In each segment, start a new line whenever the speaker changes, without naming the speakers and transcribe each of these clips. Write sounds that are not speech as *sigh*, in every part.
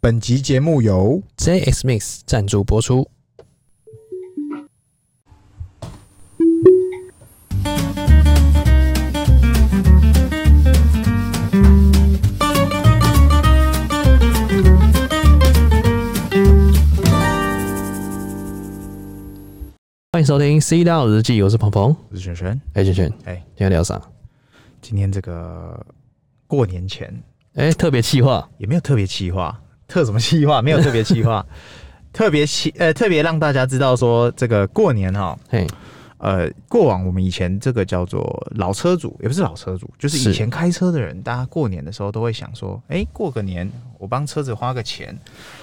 本集节目由
JX Mix 赞助播出。欢迎收听《C 道日记》，我是鹏鹏。
我是璇璇。
哎，圈圈，
哎
今天聊啥？
今天这个过年前
哎，特别企划，
也没有特别企划，特什么企 *laughs* 划？没有特别企划，特别企呃特别让大家知道说这个过年哈，
嘿，
呃，过往我们以前这个叫做老车主，也不是老车主，就是
是
以前开车的人，大家过年的时候都会想说，哎、过个年我帮车子花个钱，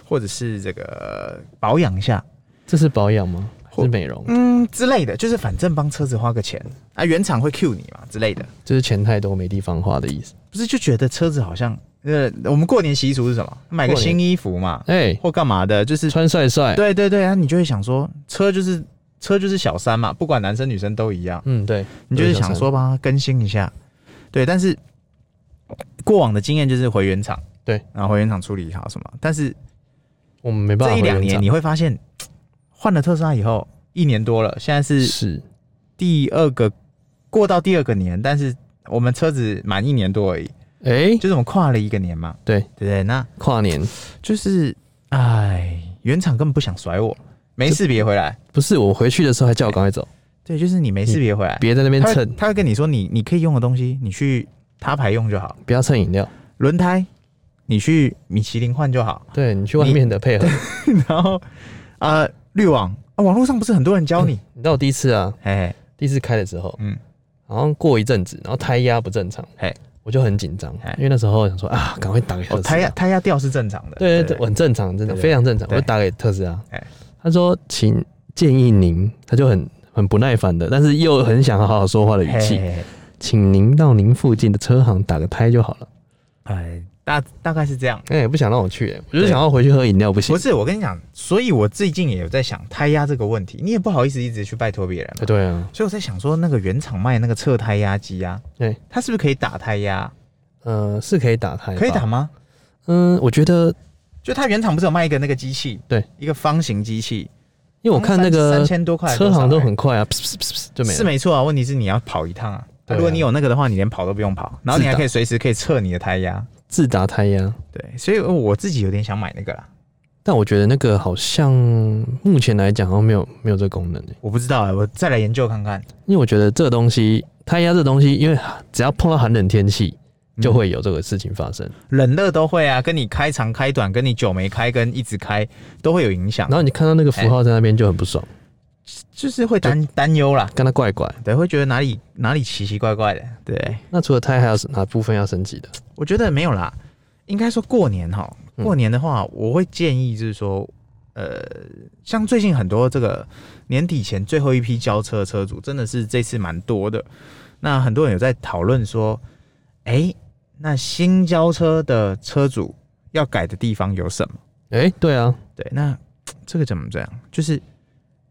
或者是这个保养一下，
这是保养吗？还是美容？
嗯之类的，就是反正帮车子花个钱啊，原厂会 Q 你嘛之类的，
就是钱太多没地方花的意思。
不是就觉得车子好像呃，我们过年习俗是什么？买个
过年
新衣服嘛，
哎，
或干嘛的，就是
穿帅帅。
对对对啊，你就会想说，车就是车就是小三嘛，不管男生女生都一样，
嗯，对，
你就是想说帮他更新一下，对，但是过往的经验就是回原厂，
对，
然后回原厂处理好什么，但是
我们没办法
这一
回
两
原
年
厂
你会发现，换了特斯拉以后一年多了，现在是
是
第二个过到第二个年，但是我们车子满一年多而已，
哎、
就是我们跨了一个年嘛，
对
对不对？那
跨年
就是哎，原厂根本不想甩我，没事别回来。
不是我回去的时候还叫我赶快走，
对，就是你没事别回来，
别在那边
哎他会
蹭，
他会跟你说你你可以用的东西，你去他牌用就好。
不要蹭饮料。
轮胎，你去米其林换就好。
对你去外面的配合，
*laughs* 然后呃，滤网啊、网络上不是很多人教 *laughs* 你，
你知道我第一次啊，
哎、
第一次开的时候，
嗯，
好像过一阵子，然后胎压不正常，
嘿
我就很紧张
嘿，
因为那时候想说啊，赶快打给特斯
哦，
拉。
胎压胎压掉是正常的。
对对对，我很正常，真的
对对
非常正常，我
对
就打给特斯拉
哎。
他说，请建议您，他就很很不耐烦的，但是又很想好好说话的语气，
嘿嘿嘿
请您到您附近的车行打个胎就好了。
哎，大大概是这样。
哎、不想让我去、哎我就想要回去喝饮料，不行
不。是，我跟你讲，所以我最近也有在想胎压这个问题，你也不好意思一直去拜托别人嘛
哎，对啊，
所以我在想说，那个原厂卖那个测胎压机啊，
对，
它是不是可以打胎压？
哎呃，是可以打胎，
可以打。吗？
嗯，我觉得，
就它原厂不是有卖一个那个机器，
对，
一个方形机器，
因为我看那
三
个
三千多块，
车行都很快啊，噗噗噗噗就
多少欸
没
是
了。
没错啊。问题是你要跑一趟啊，
对啊
如果你有那个的话，你连跑都不用跑，然后你还可以随时可以测你的胎压。
自打胎压，
对，所以我自己有点想买那个啦，
但我觉得那个好像目前来讲好像没有没有这功能诶、
我不知道啊，我再来研究看看。
因为我觉得这东西胎压这东西，因为只要碰到寒冷天气，就会有这个事情发生。
冷热嗯都会啊，跟你开长开短，跟你久没开跟一直开都会有影响
然，后你看到那个符
哎
号在那边就很不爽，
就是会担担忧啦，
跟他怪怪。
对，会觉得哪里哪里奇奇怪怪的，对。
那除了胎还有哪部分要升级的？
我觉得没有啦，应该说过年哈，
嗯
过年的话，我会建议就是说，呃，像最近很多这个年底前最后一批交车的车主，真的是这次蛮多的。那很多人有在讨论说，哎、那新交车的车主要改的地方有什么？
哎、对啊，
对，那嘖这个怎么这样？就是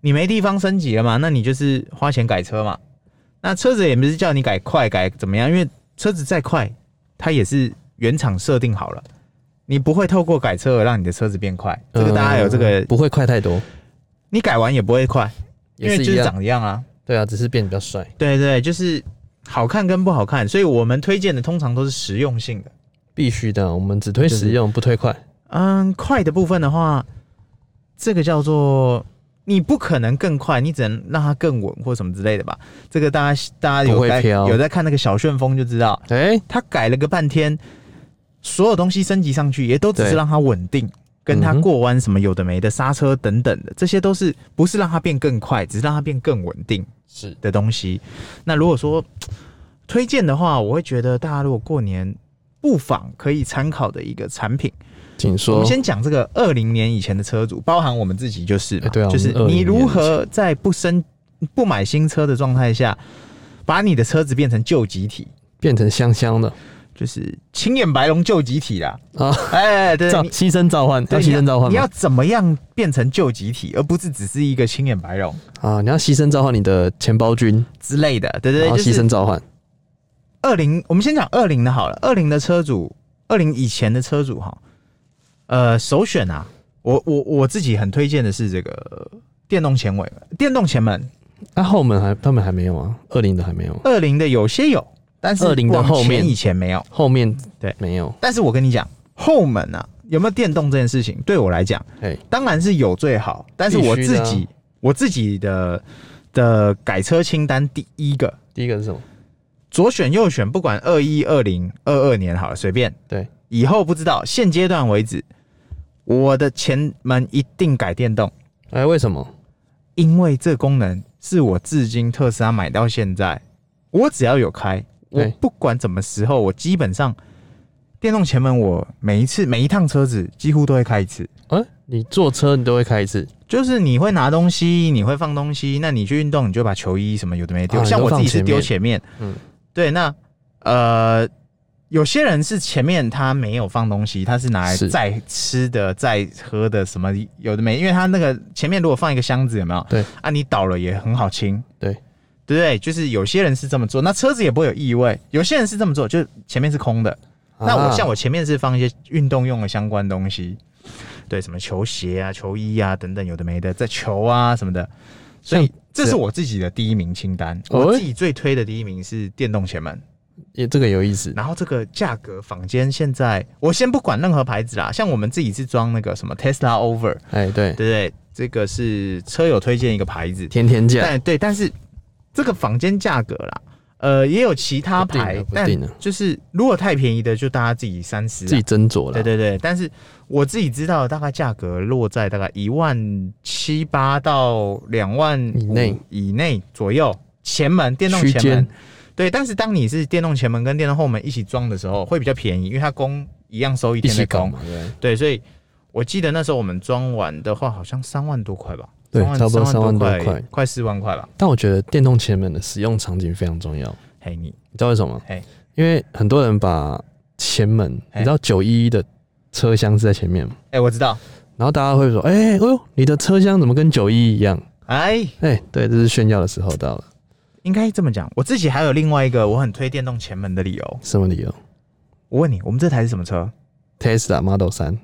你没地方升级了嘛，那你就是花钱改车嘛。那车子也不是叫你改快改怎么样，因为车子再快，它也是原厂设定好了，你不会透过改车而让你的车子变快。
呃
这个大家有这个，
嗯不会快太多，
你改完也不会快，因
也
为
是
就
一
是
样。
长一样啊。
对啊，只是变得比较帅。
对对，就是好看跟不好看，所以我们推荐的通常都是实用性的。
必须的，我们只推
就是
实用，不推快。
嗯，快的部分的话，这个叫做你不可能更快，你只能让它更稳或什么之类的吧。这个大家大家
不
有
会
在
飘
有在看那个小旋风就知道，
哎、
它改了个半天，所有东西升级上去也都只是
对
让它稳定，跟它
嗯哼
过弯什么有的没的，刹车等等的，这些都是不是让它变更快，只是让它变更稳定。
是
的东西。那如果说推荐的话，我会觉得大家如果过年不妨可以参考的一个产品，
请
我
说
们。先讲这个二零年以前的车主，包含我们自己就是嘛，
哎对啊
就是
我们20
你如何在不升不买新车的状态下，把你的车子变成旧集体，
变成香香的
就是青眼白龙旧集体啦。
啊，
哎，对，
召
你
牺牲召唤，要
对
牺牲召唤
你要你
吗
要？怎么样变成旧集体，而不是只是一个青眼白龙
啊，你要牺牲召唤你的钱包君，
之类的，对对
然
对，
后
就
牺
是
牲召唤。
二零，我们先讲二零的好了。二零的车主，二零以前的车主哈，呃，首选啊，我我我自己很推荐的是这个电动前尾、电动前门。
那、啊后门还他们还没有啊，二零的还没有，
二零的有些有，但是
20的
往
后面
前以前没有。
后面
对
没有，
但是我跟你讲，后门啊，有没有电动这件事情，对我来讲，
哎，
当然是有最好，但是我
必须的
自
啊
己、我自己的的改车清单第一个
第一个是什么？
左选右选，不管二一、二零、二二年好了，随便。
对，
以后不知道，现阶段为止，我的前门一定改电动，
哎、为什么？
因为这功能是我至今特斯拉买到现在，我只要有开，我
对
不管什么时候，我基本上电动前门，我每一次每一趟车子几乎都会开一次。
哎、你坐车你都会开一次，
就是你会拿东西，你会放东西，那你去运动，你就把球衣什么有的没丢，
啊你都
像我自己
放
是
前
丢
面
前面，
嗯
对，那呃，有些人是前面他没有放东西，他是拿来
是
载吃的、载喝的什么有的没，因为他那个前面如果放一个箱子，有没有？
对，
啊，你倒了也很好清，
对
对不对？就是有些人是这么做，那车子也不会有异味；有些人是这么做，就是前面是空的，那我
啊
像我前面是放一些运动用的相关东西，对，什么球鞋啊、球衣啊等等，有的没的，在球啊什么的。所以
像
这是我自己的第一名清单，
哦
我自己最推的第一名是电动前门。
也这个有意思，
然后这个价格，坊间现在我先不管任何牌子啦，像我们自己是装那个什么 Tesla Over，
哎、
对，
对
不对？这个是车友推荐一个牌子，
天天价，
但对，但是这个坊间价格啦，呃，也有其他
不定
牌
了，不
但
定了啊
就是如果太便宜的，就大家自己三十、啊，
自己斟酌了，
对对对，但是我自己知道大概价格落在大概一万七八到两万
以内
以内左右，前门电动
区
前门
间。
对，但是当你是电动前门跟电动后门一起装的时候，会比较便宜，因为它工一样收一
一
天
起
的
搞
工。
嘛，对
对，所以我记得那时候我们装完的话，好像三万多块吧。
对
3万
差不多
3
3万多
块
块，
快四万块吧。
但我觉得电动前门的使用场景非常重要，你
嘿，你
知道为什么吗
嘿？
因为很多人把前门，
嘿
你知道九一一的车厢是在前面嘛，
哎、我知道，
然后大家会说，哎、哎呦，你的车厢怎么跟九一一一样？
哎，
哎、对，这是炫耀的时候到了，
应该这么讲。我自己还有另外一个我很推电动前门的理由。
什么理由
我问你，我们这台是什么车？
？Tesla Model 三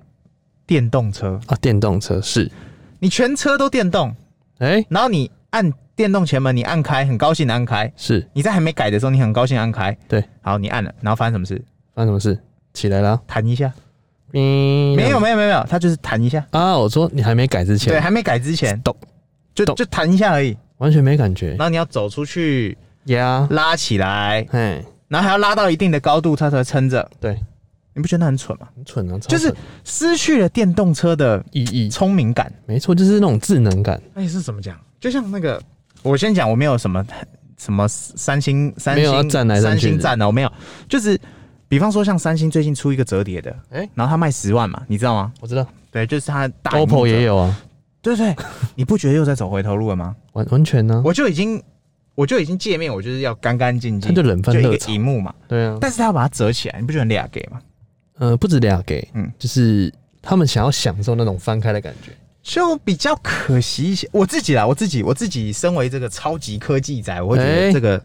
电动车。
啊，电动车是，
你全车都电动，
哎、
然后你按电动前门，你按开，很高兴的按开。
是
你在还没改的时候，你很高兴地按开。
对，
好，你按了，然后发生什么事？
发生什么事？起来啦！
弹一下？
嗯，
没有，没有，没有，没有，它就是弹一下。
啊！我说你还没改之
对，
前，
还没改之前，
咚
就
咚
就弹一下而已。
完全没感觉
然后你要走出去
呀。
拉起来，
哎，
然后还要拉到一定的高度，它才撑着。
对，
你不觉得那很蠢吗？
很蠢啊，超
就是
蠢
失去了电动车的
意义，
聪明感。
没错，就是那种智能感，
那、你是怎么讲？就像那个，我先讲，我没有什么什么三星三
没有要
星
站来站
三
去的
星站的，我没有。就是比方说像三星最近出一个折叠的，
哎
然后它卖十万嘛，你知道吗？
我知道
对，就是它大屏幕
，OPPO
折
也，有啊，
对对对，你不觉得又在走回头路了吗？
完完全啊呢，
我就已经。我就已经界面，我就是要干干净净，
它就冷饭
就
热
一
炒
个荧幕嘛。
对啊，
但是它要把它折起来，你不觉得很俩给吗？
呃，不止俩给，
嗯
嗯，就是他们想要享受那种翻开的感觉，
就比较可惜一些。我自己啦，我自己，我自己身为这个超级科技宅，我会觉得
哎
这个、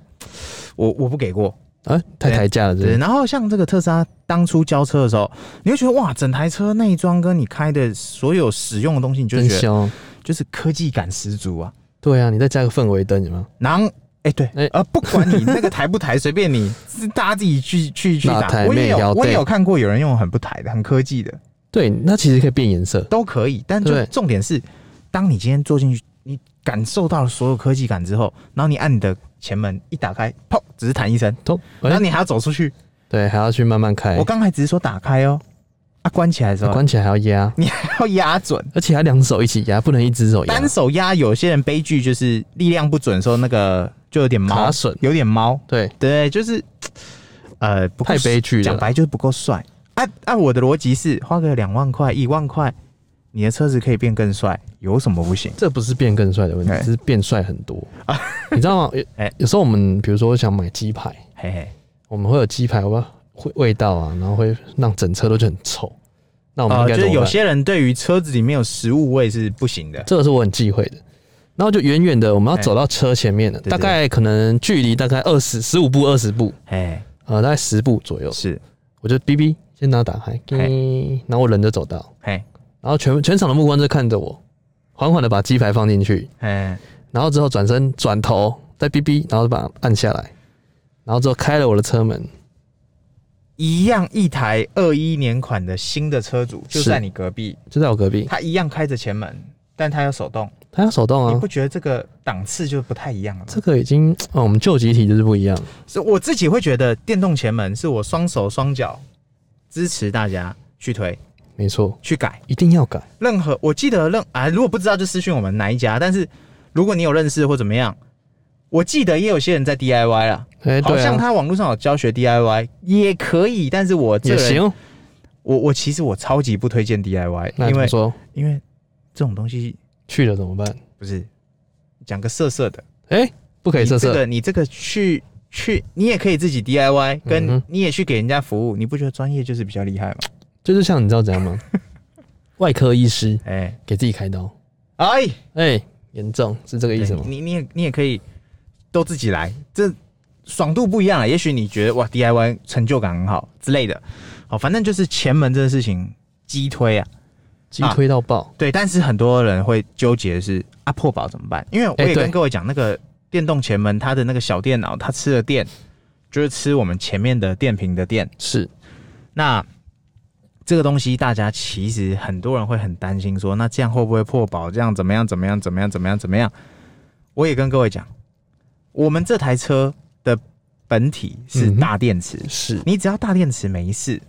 我我不给过，
啊，太
对
抬价了，
对，
真的，
然后像这个特斯拉当初交车的时候，你会觉得哇，整台车内装跟你开的所有使用的东西，你就
真
觉得
香。
就是科技感十足啊。
对啊，你再加个氛围灯，有没有？
然后，哎、对，
哎
呃，不管你那个抬不 *laughs* 抬，随便你，是大家自己去去去
哪
打。
台
我也
妹
有
摇
我也
对
有看过有人用很不抬的、很科技的
对，那其实可以变颜色，
都可以，但就
对
重点是，当你今天坐进去，你感受到了所有科技感之后，然后你按你的前门一打开，砰，只是弹一声，
都，
然后
哎，
你还要走出去。
对，还要去慢慢开
我，刚才只是说打开哦，啊，关起来的时候、
关起来还要压，
你还要压准。
而且还两手一起压，不能一只手压
单，手压，有些人悲剧就是力量不准的时候，那个就有点猫
卡，损，
有点猫，
对，
对，就是呃不够
太悲剧
讲
了。
白就是不够帅。按、按我的逻辑是，花个两万块、一万块，你的车子可以变更帅，有什么不行？
这不是变更帅的问题
哎，啊
只是变帅很多。你知道吗？有
哎
有时候我们比如说想买鸡排，
嘿嘿，
我们会有鸡排，我们会味道啊，然后会让整车都觉得很臭。那我们应
呃，
该
就
怎
是
么
有
办？
些人对于车子里面有食物味是不行的。
这个是我很忌讳的。然后就远远的，我们要
哎
走到车前面的，
对
大概可能距离大概二十十五步、二十步，
哎，
呃，大概十步左右，
是
我就哔哔先拿打开，叮然后我人就走到，
嘿，
然后全全场的目光就看着我，缓缓的把鸡排放进去，
嘿，
然后之后转身转头再哔哔，然后把它按下来，然后之后开了我的车门，
一样一台二一年款的新的车主就是在你隔壁，
就在我隔壁，
他一样开着前门，但他要手动，
他要手动
你
啊
不，觉得这个档次就不太一样了吗？
这个已经、哦、我们旧集体就是不一样，
是我自己会觉得电动前门是我双手双脚支持大家去推
没错，
去改。
一定要改，
任何我记得任啊，如果不知道就私讯我们哪一家，但是如果你有认识或怎么样，我记得也有些人在 DIY 啦，
哎、
好
对
像
啊，
他网络上有教学 DIY 也可以，但是我这
也
个人，
行，
我我其实我超级不推荐 DIY，
那
因
怎么
为
说
因为这种东西
去了怎么办？
不是讲个色色的，
哎、不可以色
你这
色，
个你这个去去，你也可以自己 DIY，
嗯
跟
哼
你也去给人家服务，你不觉得专业就是比较厉害吗？
就是像你知道怎
*laughs*
样吗？外科医师
哎、
给自己开刀，
哎，
哎、严重是这个意思吗？
你你也你也可以都自己来，这爽度不一样啊。也许你觉得哇 DIY 成就感很好之类的，好，反正就是前门这个事情击推啊，
鸡推到爆，
对。但是很多人会纠结的是啊破保怎么办？因为我
哎
也
对
跟各位讲，那个电动前门它的那个小电脑，它吃了电就是吃我们前面的电瓶的电，
是
那这个东西，大家其实很多人会很担心说，那这样会不会破保？这样怎么样？怎么样？怎么样？怎么样？怎么样？我也跟各位讲，我们这台车的本体是
嗯哼
大电池，
是，
你只要大电池没事，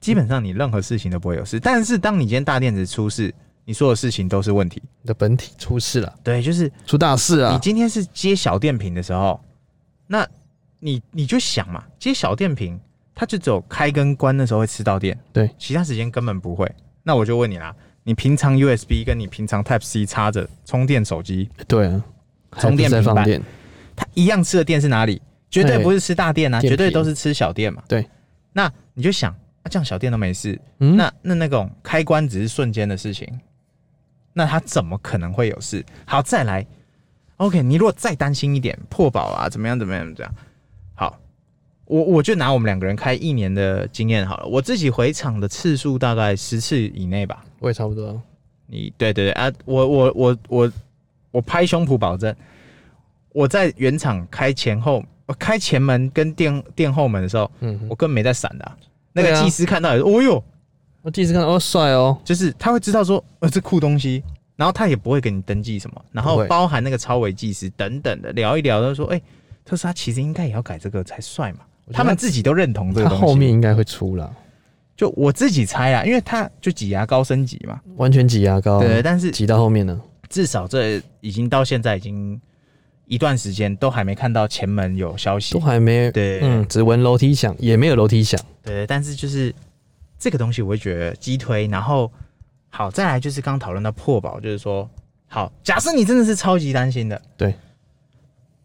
基本上你任何事情都不会有事。但是当你今天大电池出事，你所有事情都是问题。
你的本体出事了，
对，就是
出大事
你
了，
今天是接小电瓶的时候，那你你就想嘛，接小电瓶，它就只有开跟关的时候会吃到电，
对，
其他时间根本不会。那我就问你啦，你平常 USB 跟你平常 Type C 插着充电手机，
对啊，
充电
还不是在
平
放
板
电，
它一样吃的电是哪里？绝对
对
不是吃大电啊，
电
绝对
瓶
都是吃小电嘛。
哎对，
那你就想，啊、这样小电都没事，
嗯，
那那那种开关只是瞬间的事情，那它怎么可能会有事？好，再来，OK，你如果再担心一点破保啊，怎么样怎么样怎么样？好，我我就拿我们两个人开一年的经验好了，我自己回厂的次数大概十次以内吧。
我也差不多啊，
你对对对啊，我我我我我拍胸脯保证，我在原厂开前后，我开前门跟店店后门的时候，
嗯哼，
我根本没在闪的啊、那个
对啊
技师看到也说：“哦哟，
我第一次看到，哦，帅哦，
就是他会知道说，呃，这酷东西，然后他也不会给你登记什么，然
不
后
会
包含那个超维技师等等的聊一聊，他就说，哎、特斯拉其实应该也要改这个才帅嘛，
我觉得
他们自己都认同这个
他
东西。
后面应该会出啦，
就我自己猜啊啦，因为他就挤牙膏升级嘛，
完全挤牙膏，
对，，但是
哦挤到后面呢，
至少这已经到现在已经一段时间都还没看到前门有消息
都，还没，
对
嗯，只闻楼梯响，也没有楼梯响，
对，但是就是这个东西，我会觉得击推。然后好，再来就是刚讨论到破保，就是说，好，假设你真的是超级担心的，
对，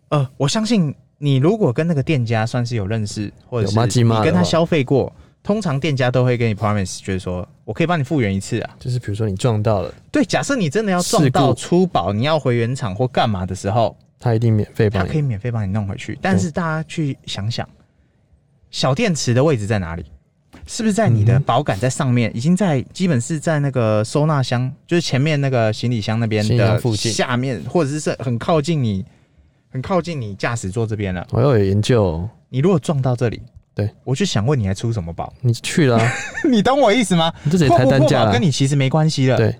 呃，我相信你如果跟那个店家算是有认识，或者
有妈
是
鸡
你
妈的
跟他
话
消费过，通常店家都会跟你 promise，就是说我可以帮你复原一次啊。
就是比如说你撞到了，
对，假设你真的要
事
撞
故
到出保，你要回原厂或干嘛的时候，
他一定免费
他
帮
可以
你，
免费帮你弄回去。但是大家去想想，小电池的位置在哪里？是不是在你
嗯
的保杆在上面？已经在基本是在那个收纳箱，就是前面那个行李箱那边
行李箱
的
附近
下面，或者是是很靠近你，很靠近你驾驶座这边了。
我要有研究哦，
你如果撞到这里，
对
我就想问你还出什么
*laughs*
保？
你去了啊，
你懂我意思吗？
你就直
*laughs*
接
破
抬
不
单
破
价
保
了
跟，你其实没关系了，
对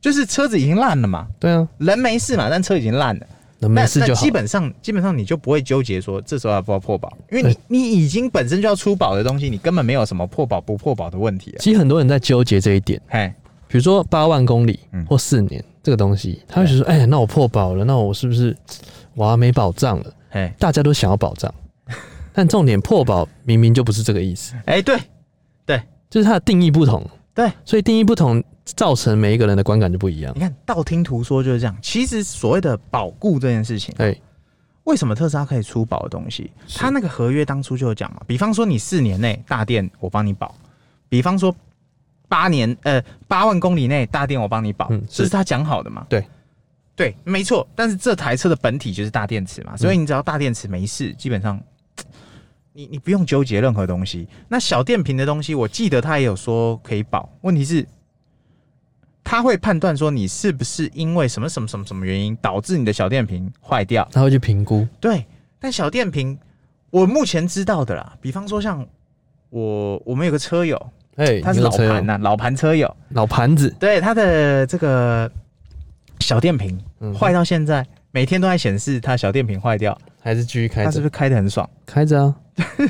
就是车子已经烂了嘛，
对啊，
人没事嘛，但车已经烂了。
那没
那
事
那
就好
基，本上基本上你就不会纠结说这时候要不要破保，因为你、你已经本身就要出保的东西，你根本没有什么破保不破保的问题啊。
其实很多人在纠结这一点。
嘿，
比如说八万公里
嗯
或四年、这个东西，他会觉得说，哎、那我破保了，那我是不是哇没保障了？
嘿，
大家都想要
*laughs*
保障，但重点破保明明就不是这个意思，
哎、对
就是它的定义不同，
对，
所以定义不同造成每一个人的观感就不一样
你。看道听途说就是这样。其实所谓的保固这件事情，
哎、
为什么特斯拉可以出保的东西？
是
它那个合约当初就有讲嘛，比方说你四年内大电我帮你保，比方说八年呃八万公里内大电我帮你保，
嗯
这
是
是他讲好的嘛？
对，
对，没
嗯
错。但是这台车的本体就是大电池嘛，所以你只要大电池没事，基本上嘖你你不用纠结任何东西。那小电瓶的东西，我记得他也有说可以保，问题是他会判断说你是不是因为什么什么什么什么原因导致你的小电瓶坏掉。
他会去评估，
对，但小电瓶我目前知道的啦，比方说像我我们有个车友，
哎，
他是
你有
老
车友
盘啊呐、老盘车友，
老盘子，
对他的这个小电瓶
嗯
坏到现在，每天都在显示他小电瓶坏掉，
还是继续开
他是
着
不，是开的很爽？ *laughs*
开着啊，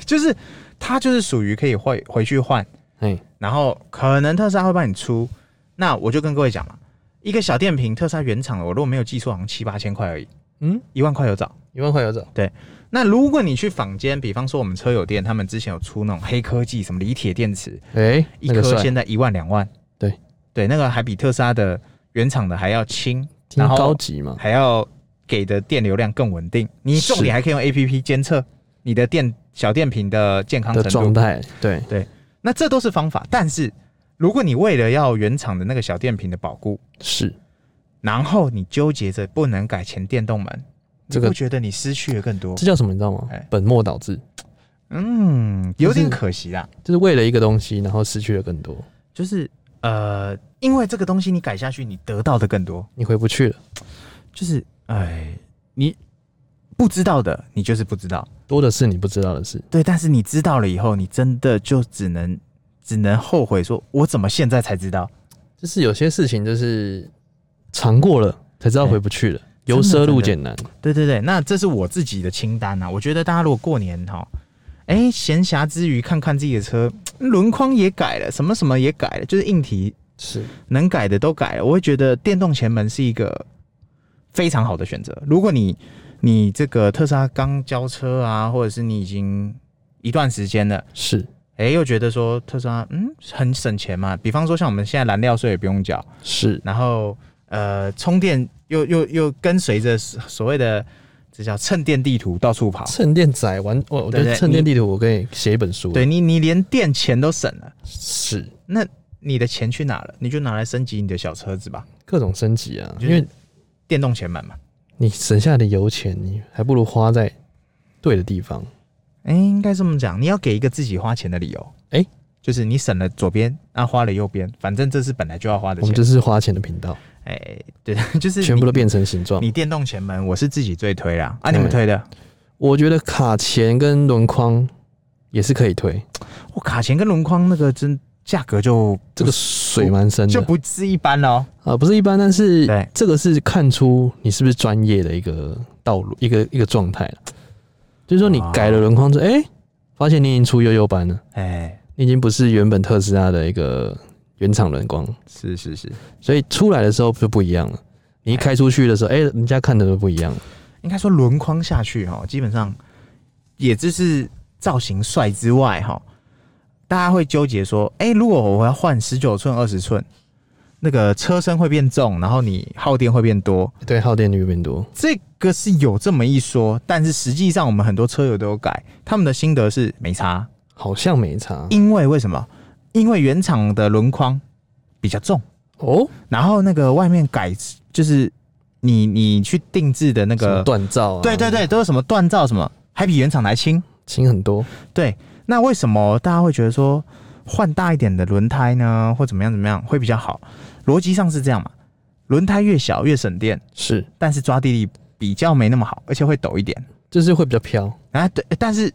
就是他就是属于可以换回去换，
哎，
然后可能特斯拉会帮你出。那我就跟各位讲嘛，一个小电瓶特斯拉原厂的，我如果没有记错，好像七八千块而已，
嗯，
一万块有找。
一万块有找，
那如果你去坊间，比方说我们车友店，他们之前有出那种黑科技，什么锂铁电池，
哎，
一
那个
颗
帅，
现在一万两万，
对
对，那个还比特斯拉的原厂的还要轻，
挺
然后
高级嘛，
还要给的电流量更稳定。你重
是
点还可以用 A P P 监测你的电小电瓶的健康
的状
程度，
态，对，
那这都是方法。但是如果你为了要原厂的那个小电瓶的保固，
是
然后你纠结着不能改前电动门，
这个
你不觉得你失去了更多？
这叫什么？你知道吗
哎？
本末倒置，
嗯，有
就是
点可惜啦。
就是为了一个东西，然后失去了更多，
就是呃，因为这个东西你改下去，你得到的更多。
你回不去了，
就是哎，你不知道的，你就是不知道。
多的是你不知道的事，
对，但是你知道了以后，你真的就只能只能后悔说，我怎么现在才知道？
就是有些事情就是尝过了才知道
哎
回不去了，
的
由奢入
真
俭难，
对对对，那这是我自己的清单啊。我觉得大家如果过年哈，哎，闲暇之余看看自己的车，轮框也改了，什么什么也改了，就是硬体
是
能改的都改了。我会觉得电动前门是一个非常好的选择。如果你你这个特斯拉刚交车啊，或者是你已经一段时间了。
是
哎、又觉得说特斯拉，嗯，很省钱嘛。比方说，像我们现在燃料税也不用缴，
是，
然后呃，充电又又又跟随着所谓的这叫蹭电地图到处跑，
趁电仔玩，我我觉
对
得
对
趁电地图，我可以写一本书，
对，你你连电钱都省了，
是
那你的钱去哪了？你就拿来升级你的小车子吧，
各种升级啊，
就
因
是
为
电动前门嘛。
你省下的油钱，你还不如花在对的地方。
哎、应该这么讲，你要给一个自己花钱的理由。
诶
就是你省了左边，那、花了右边，反正这是本来就要花的
我们
钱
就。是花钱的频道，
哎、对， *laughs* 就是
全部
你
都变成形状。
你电动前门，我是自己最推啦。啊，你们
嗯
推的？
我觉得卡钳跟轮框也是可以推，
我卡钳跟轮框那个真价格就
这个水蛮深的
就
啊、
不是一般喽。
不是一般，但是
对
这个是看出你是不是专业的一个道路，一个一个状态了。就是说你
哦
改了轮框之后，哎、发现你已经出悠悠班了，
哎、
你已经不是原本特斯拉的一个原厂轮框，
是是是，
所以出来的时候就不一样了。你一开出去的时候，哎、人家看的都不一样了。
应该说轮框下去哈，基本上也就是造型帅之外哈，大家会纠结说，哎、如果我要换十九寸、二十寸，那个车身会变重，然后你耗电会变多，
对，耗电率变多。
这个是有这么一说，但是实际上我们很多车友都有改，他们的心得是没差，
好像没差
因为为什么？因为原厂的轮框比较重。
哦，
然后那个外面改就是你你去定制的那
什
个，
么锻造啊，
对对，对，都是什么锻造什么，还比原厂的还轻。
轻很多。
对，那为什么大家会觉得说换大一点的轮胎呢，或怎么样怎么样会比较好？逻辑上是这样嘛，轮胎越小越省电，
是，
但是抓地力比较没那么好，而且会抖一点。
就是会比较飘。
啊，对，但是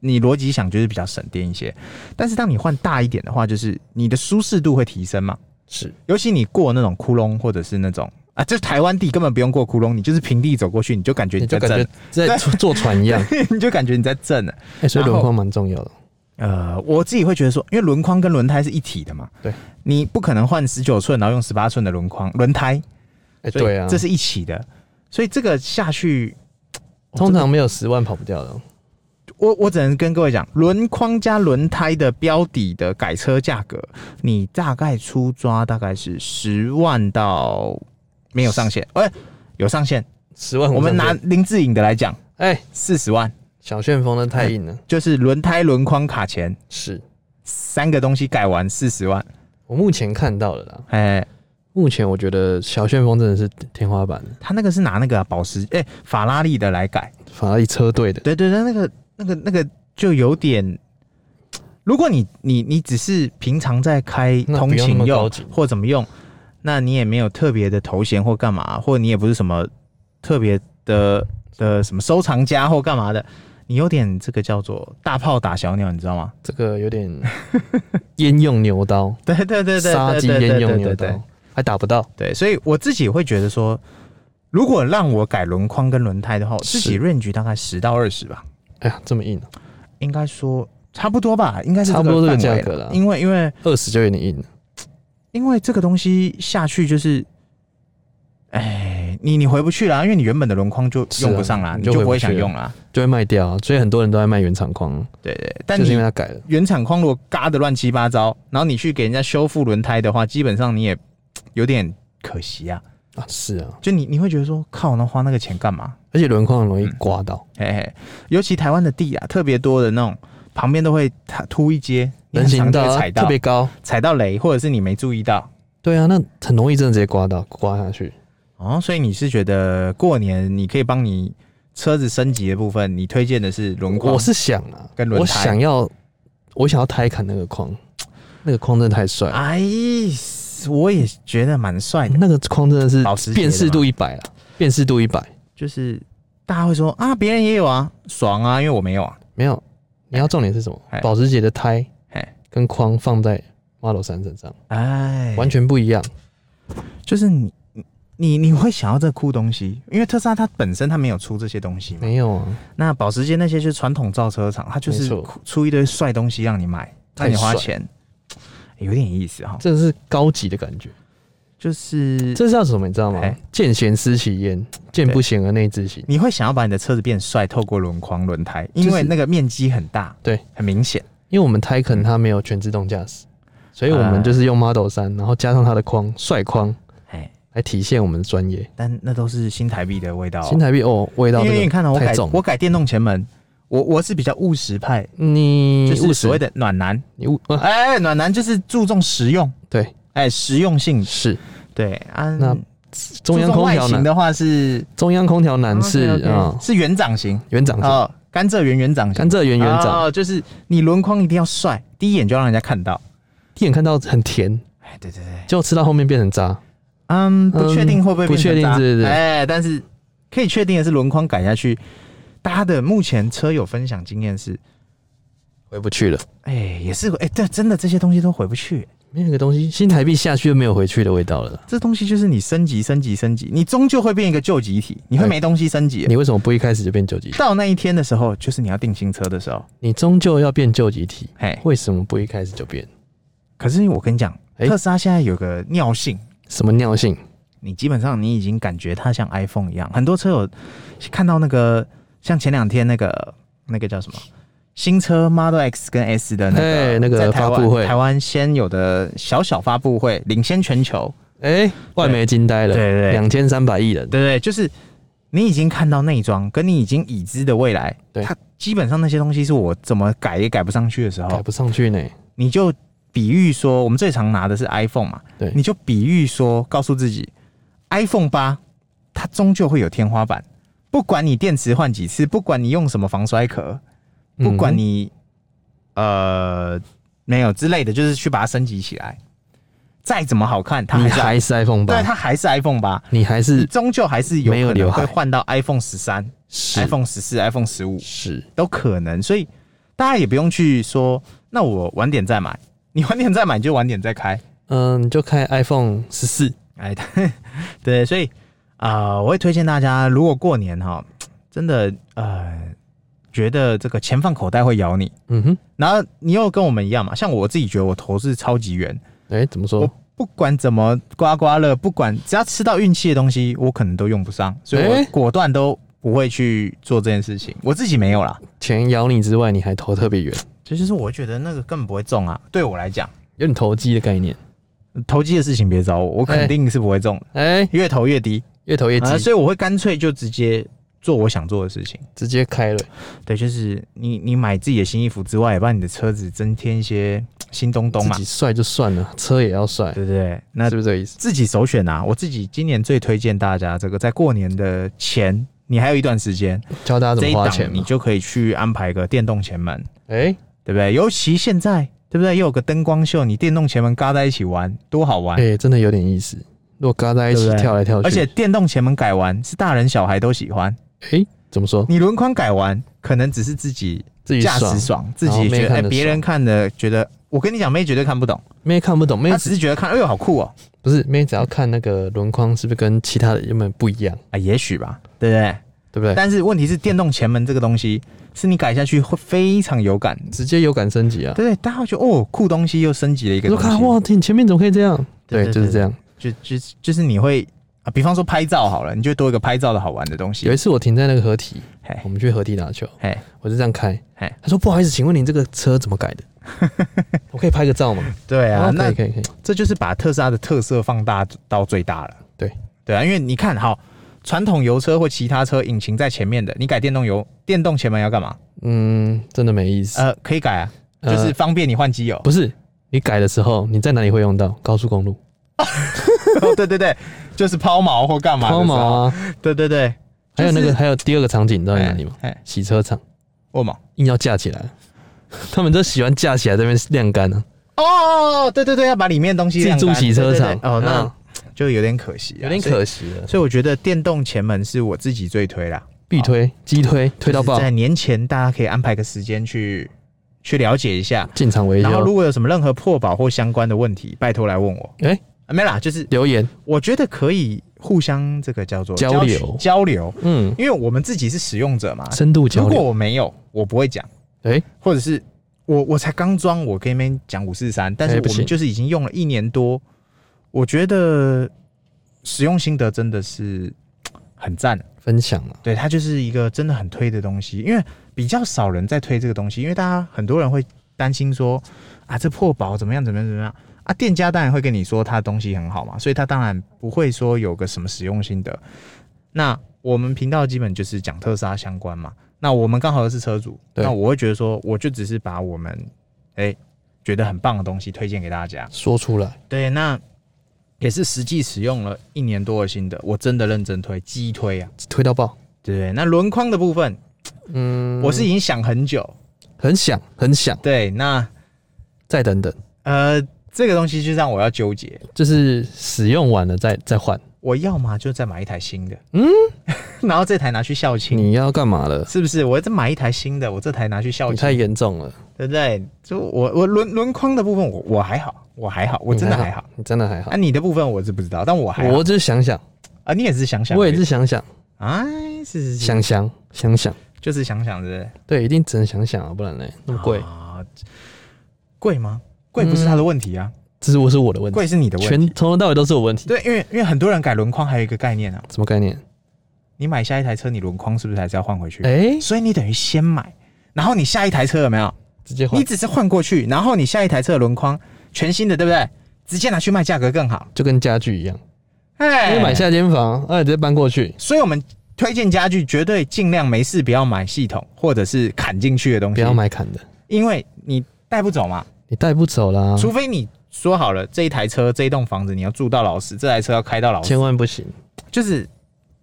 你逻辑想就是比较省电一些，但是当你换大一点的话，就是你的舒适度会提升嘛。
是，
尤其你过那种窟窿或者是那种啊，这台湾地根本不用过窟窿，你就是平地走过去，你就感觉
你
在
就感
震
觉，在坐坐船一 *laughs* 样。
*laughs* 你就感觉你在震了。
哎、所以轮框蛮重要的。
呃，我自己会觉得说，因为轮框跟轮胎是一体的嘛，
对，
你不可能换十九寸然后用十八寸的轮框轮胎，
哎、
所以
对啊，
这是一起的，所以这个下去，
通常没有十万跑不掉的。哦
我我只能跟各位讲，轮框加轮胎的标底的改车价格，你大概出抓大概是十万到没有上限，哎、有上
*laughs*
限，
十万
我们拿
上去
林志颖的来讲。
哎、
四十万，
小旋风的太硬了。
就是轮胎、轮框、卡钳
是
三个东西改完四十万，
我目前看到的啦。
哎、
目前我觉得小旋风真的是天花板了，
他那个是拿那个啊、保时哎、法拉利的来改，
法拉利车队的
对对对，那个那个那个就有点，如果你你你只是平常在开
那
通
不用那
勤
么高
用
级
或怎么用，那你也没有特别的头衔或干嘛，或你也不是什么特别的的什么收藏家或干嘛的，你有点这个叫做大炮打小鸟，你知道吗？ *laughs*
这个有点烟用牛刀，
对对对对
杀
对
鸡
对对
烟
对
用
对
牛
对
刀，还打不到，
对，所以我自己会觉得说，如果让我改轮框跟轮胎的话，我自己
是
range 大概十到二十吧。
哎呀，这么硬啊，
应该说差不多吧，应该是
差不多这个
范围
价格啦
因为因为
二十就有点硬了，
因为这个东西下去就是，哎，你你回不去啦，因为你原本的轮框就是
啊
用不上啦，
你
你
就
就
回
不
不
会
去
想
了
用啦。
就会卖掉啊，所以很多人都在卖原厂框，啊
对对，但
就是因为
你
它改了，
原厂框如果嘎的乱七八糟，然后你去给人家修复轮胎的话，基本上你也嘖有点可惜啊。
啊，是啊，
就你你会觉得说，靠，那花那个钱干嘛？
而且轮框很容易刮到，
嘿嘿，尤其台湾的地啊，特别多的那种，旁边都会它凸一阶，你
人
很
行
常就
道
会
啊
踩
特
到
别高，
踩到雷，或者是你没注意到。
对啊，那很容易真的直接刮到，刮下去，
哦，所以你是觉得过年你可以帮你车子升级的部分，你推荐的是轮框？
我是想啊，
跟轮
我
胎
想要，我想要胎砍那个框，那个框真的太帅了，
哎，我也觉得蛮帅的，
那个框真的
保
是
时捷的
辨识
吗
度一百了，辨识度一百，
就是大家会说啊，别人也有啊，爽啊，因为我没有啊。
没有，你要重点是什么
哎？
保时捷的胎
哎
跟框放在 Model 三身上，
哎，
完全不一样。
就是你你你会想要这酷东西，因为特斯拉它本身它没有出这些东西嘛。
没有啊，
那保时捷那些就是传统造车厂，它就是
没错
出出一堆帅东西让你买，让你花
太帅
钱，哎有点意思哈。
这是高级的感觉。
就是
这是叫什么？你知道吗
哎？
见贤思齐焉，见不贤而内自省。
你会想要把你的车子变帅，透过轮框、轮胎，因为那个面积很大，
对，
很明显。
因为我们 Taycan 它没有全自动驾驶，所以我
啊
们就是用 Model 三，然后加上它的框，帅框
哎，
来体现我们的专业。
但那都是新台币的味道哦、
新台币哦，味道
因
这
为你
个
看到、我
太
改
重了。
我改电动前门，我我是比较务实派，
你
就是
嗯务
所谓
实，
的暖男。
你务啊，
哎、暖男就是注重实用，
对，
哎、实用性。
是
对啊，
那中
注
央
重
空
外
调
形
男，
的话是
中央空调男是
OK，OK
啊，
是圆掌型
园长是
哦，甘蔗圆圆掌型，
甘蔗园园长，
哦，就是你轮框一定要帅，第一眼就要让人家看到。
第一眼看到很甜，
哎，对对对。
结果吃到后面变成渣。
嗯，不确定会不会
嗯不
变成
确定
渣
对对对
哎，但是可以确定的是，轮框改下去，大家的目前车友分享经验是，
回不去了。
哎、也是哎、对，真的这些东西都回不去，
没有一个东西，新台币下去就没有回去的味道了啦。
这东西就是你升级、升级、升级，你终究会变一个旧集体，你会没东西升级了。
你为什么不一开始就变旧集体？
到那一天的时候，就是你要定新车的时候，
你终究要变旧集体，
嘿。
为什么不一开始就变？
可是我跟你讲，
哎
特斯拉现在有个尿性，
什么尿性？
你基本上你已经感觉它像 iPhone 一样。很多车友看到那个，像前两天那个那个叫什么新车 Model X 跟 S 的那个
哎那个
在台湾
发布会
台湾先有的小小发布会，领先全球，
哎、外媒惊呆了，
对对对
两千三百亿人，
对不对？就是你已经看到内装，跟你已经已知的未来，
对
它基本上那些东西是我怎么改也改不上去的时
改
候，
不上去呢。
你就比喻说，我们最常拿的是 iPhone 嘛，
对
你就比喻说，告诉自己，iPhone 八它终究会有天花板，不管你电池换几次，不管你用什么防摔壳，不管
嗯
你、呃没有之类的，就是去把它升级起来。再怎么好看，它
哼
还
你
是
还是 iPhone
对，
八，
它还是 iPhone 八，
你还
你
是
终究还是有
没有
可
刘
能
海
会换到 iPhone 十三、
是
iPhone 十四、iPhone 十五。
是
都可能，所以大家也不用去说，那我晚点再买，你晚点再买你就晚点再开，
嗯，你就开 iPhone 十四，
哎，对，所以啊、呃我会推荐大家，如果过年哈，真的呃，觉得这个钱放口袋会咬你，
嗯哼，
然后你又跟我们一样嘛，像我自己觉得我投资超级远，
哎、怎么
我
说？
不管怎么刮刮乐，不管只要吃到运气的东西，我可能都用不上，所以我
哎
果断都不会去做这件事情，我自己没有啦。
钱咬你之外，你还投特别远，
这就是我觉得那个根本不会中啊，对我来讲。
有点投机的概念。
投机的事情别找我，我肯定是不会中的，
哎、
越投越低
越投越急，
啊、所以我会干脆就直接做我想做的事情。
直接开了。
对，就是你你买自己的新衣服之外，也帮你的车子增添一些新东东嘛
自，己帅就算了，车也要帅，
对不对？那
是不是这个意思？
自己首选啊，我自己今年最推荐大家这个，在过年的前你还有一段时间，
教大家怎
这一
么花
档
钱
你
嘛。
就可以去安排个电动前门，
哎、
对不对？尤其现在，对不对？又有个灯光秀，你电动前门嘎在一起玩，多好玩！
哎、真的有点意思。如果嘎在一起
对不对
跳来跳去，
而且电动前门改完是大人小孩都喜欢，
哎、怎么说
你轮框改完可能只是自己
自己
驾驶
爽，
爽，自
然后
己
妹
觉得
看
哎，
得
别、
爽
人看的觉得，我跟你讲，妹绝对看不懂，
妹看不懂，妹
她只是觉得看，哎呦好酷哦，
不是妹，只要看那个轮框是不是跟其他的原本不一样，
啊，也许吧，对不对？
对不对？
但是问题是，电动前门这个东西是你改下去会非常有感，
直接有感升级啊！
对，大家会觉得哦，酷东西又升级了一个
我说
东
看
西，
哇，天，前面怎么可以这样？
对
对，
对
就是这样。
就就就是你会啊，比方说拍照好了，你就多一个拍照的好玩的东西
有一，次我停在那个合体，
嘿
我们去合体打球，
嘿，
我就这样开
嘿，
他说不好意思，请问您这个车怎么改的？ *laughs* 我可以拍个照吗？
对啊，
哦可
那
以可以可以，
这就是把特斯拉的特色放大到最大了，
对
对啊，因为你看好。传统油车或其他车引擎在前面的，你改电动油电动前门要干嘛？
嗯，真的没意思。
呃，可以改啊，
呃
就是方便你换机
*laughs*
油。
不是你改的时候，你在哪里会用到？高速公路
对对对，就是抛锚或干嘛的时
抛
候。
锚啊，
对对对，
还有那
就
个
是
还有第二个场景，你知道在哪里吗？
哎，哎
洗车场，
握锚。
硬要架起来， *laughs* 他们就喜欢架起来这边晾干啊，
哦，对对对，要把里面东西
自
晾
助
干
洗车场
对对对哦，
嗯
那就有点可惜啊，
有点
所以。
可惜了。
所以我觉得电动前门是我自己最推啦，
必推、激推、推到
哦就是
爆，
在年前大家可以安排个时间去去了解一下，
进场维
然后
修
如。果有什么任何破保或相关的问题，拜托来问我。
哎，
啊没啦，就是
留言，
我觉得可以互相这个叫做
交流
取交流，
嗯，
因为我们自己是使用者嘛。
深度
啊
交
如果
流。
我没有，我不会讲。
哎，
或者是我我才刚装，我跟你们讲五四三，但是
哎
我
不行
们就是已经用了一年多，我觉得使用心得真的是很赞。啊
分享啊了，
对，它就是一个真的很推的东西，因为比较少人在推这个东西，因为大家很多人会担心说啊，这破保怎么样怎么样怎么样啊，店家当然会跟你说他的东西很好嘛，所以他当然不会说有个什么使用心得。那我们频道基本就是讲特斯拉相关嘛，那我们刚好又是车主，
对
那我会觉得说，我就只是把我们哎、觉得很棒的东西推荐给大家。
说出来，
对，那也是实际使用了一年多的心得，我真的认真推，激推啊。
推到爆。
对，那轮框的部分，
嗯，
我是已经想很久。
很想很想，
对，那
再等等，
呃，这个东西就让我要纠结，
就是使用完了再再换。
我要嘛就再买一台新的，
嗯，
*laughs* 然后这台拿去校庆，
你要干嘛了？
是不是？我再买一台新的，我这台拿去校
你太
庆，
严重了，
对不对？就我我轮轮框的部分我，我还好，我还好，我真的
你
还好。，
你真的还好
啊，。你的部分我是不知道，但我还好
我就是想想，
啊，你也是想想而已，
我也是想想，
哎，是是是，
想想想想，
就是想想是不是
对，一定只能想想啊，不然呢，那么贵，
啊，贵吗？贵不是他的问题啊，
这是我是我的问题，
贵是你的问题。
嗯全从头到尾都是我问题，
对，因为因为很多人改轮框还有一个概念啊，
什么概念？
你买下一台车，你轮框是不是还是要换回去？
哎，
所以你等于先买，然后你下一台车有没有？
直接换
你，只是换过去，然后你下一台车的轮框全新的，对不对？直接拿去卖，价格更好。
就跟家具一样，
哎
你买，下间房，哎，直接搬过去，
所以我们推荐家具绝对尽量没事不要买系统或者是砍进去的东西，
不要，买砍的，
因为你带不走嘛，
你带不走啦，
除非你说好了这一台车、这一栋房子你要住到老死，这台车要开到老死，
千万不行，
就是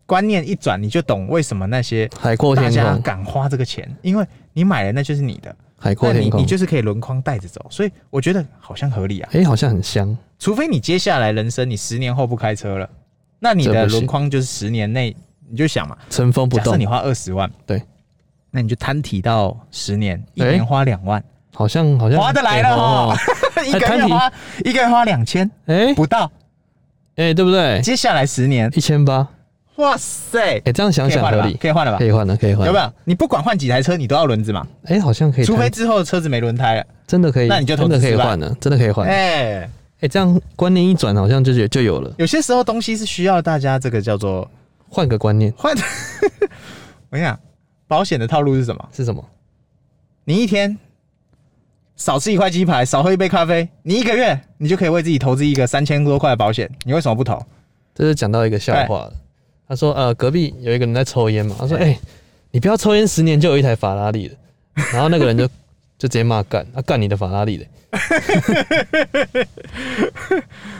观念一转你就懂为什么那些
海阔
大
天
家
空，
敢花这个钱，因为你买了那就是你的。
海阔
那
天
你
空
你，就是可以轮框带着走，所以我觉得好像合理啊。
哎，好像很香，
除非你接下来人生你十年后不开车了，那你
这
的
不行
轮框就是十年内，你就想嘛，
乘风不
假设
动
你，花二十万，
对，
那你就摊提到十年，一
哎
年花两
*laughs*
万，
好像好像
划得来了 *laughs* 哦，一个
摊
月
提
花一个月花两千
哎
不到，
哎，对不对？
接下来十
*laughs*
年，
一千八，
哇塞，
哎，这样想
可以
想
换
合
了吧
理？，
可以换了吧
可？以换了，可以换
有
了
没，有？你不管换几台车，你都要轮子嘛，
哎，好像可以
除
摊，
非之后的车子没轮胎了，
真的可以，
那你就投
真的
资
可以
失败
换了，真的可以换。哎、
哎。
这样观念一转，好像就有就有了，
有些时候东西是需要大家这个叫做
换个观念
换。 *laughs* 我跟你讲，保险的套路是什么？
是什么？
你一天少吃一块鸡排，少喝一杯咖啡，你一个月你就可以为自己投资一个三千多块的保险，你为什么不投？
这是讲到一个笑话了。他说，呃，隔壁有一个人在抽烟嘛，他说，哎、
哎
你不要抽烟，十年就有一台法拉利了。然后那个
*laughs*
人就就直接骂干，啊干你的法拉利的。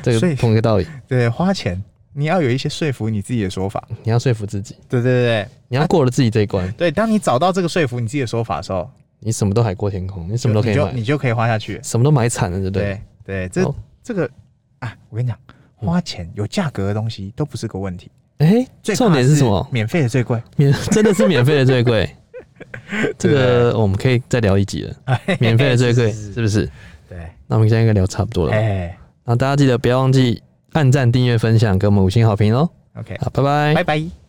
这
所以
个同一个道理，
对，花钱你要有一些说服你自己的说法。
你要说服自己，
对对对
你要过了自己这一关，
对，当你找到这个说服你自己的说法的时候，
你什么都海阔天空，你什么都可以
你就
买，
你就可以花下去。
什么都买惨了，对不对？
对对，这、
哦嗯
这个啊，我跟你讲，花钱有价格的东西都不是个问题。
哎、
最怕
重点是什么？
免费的最贵。
免真的是免费的最贵，
*laughs*
这
对啊
个我们可以再聊一集
*laughs*
了。免费的最贵
是是
是不是？
对，
那我们现在应该聊差不多了。
哎
那大家记得不要忘记按赞、订阅、分享，给我们五星好评哦。
，OK，
好，拜拜
拜。拜。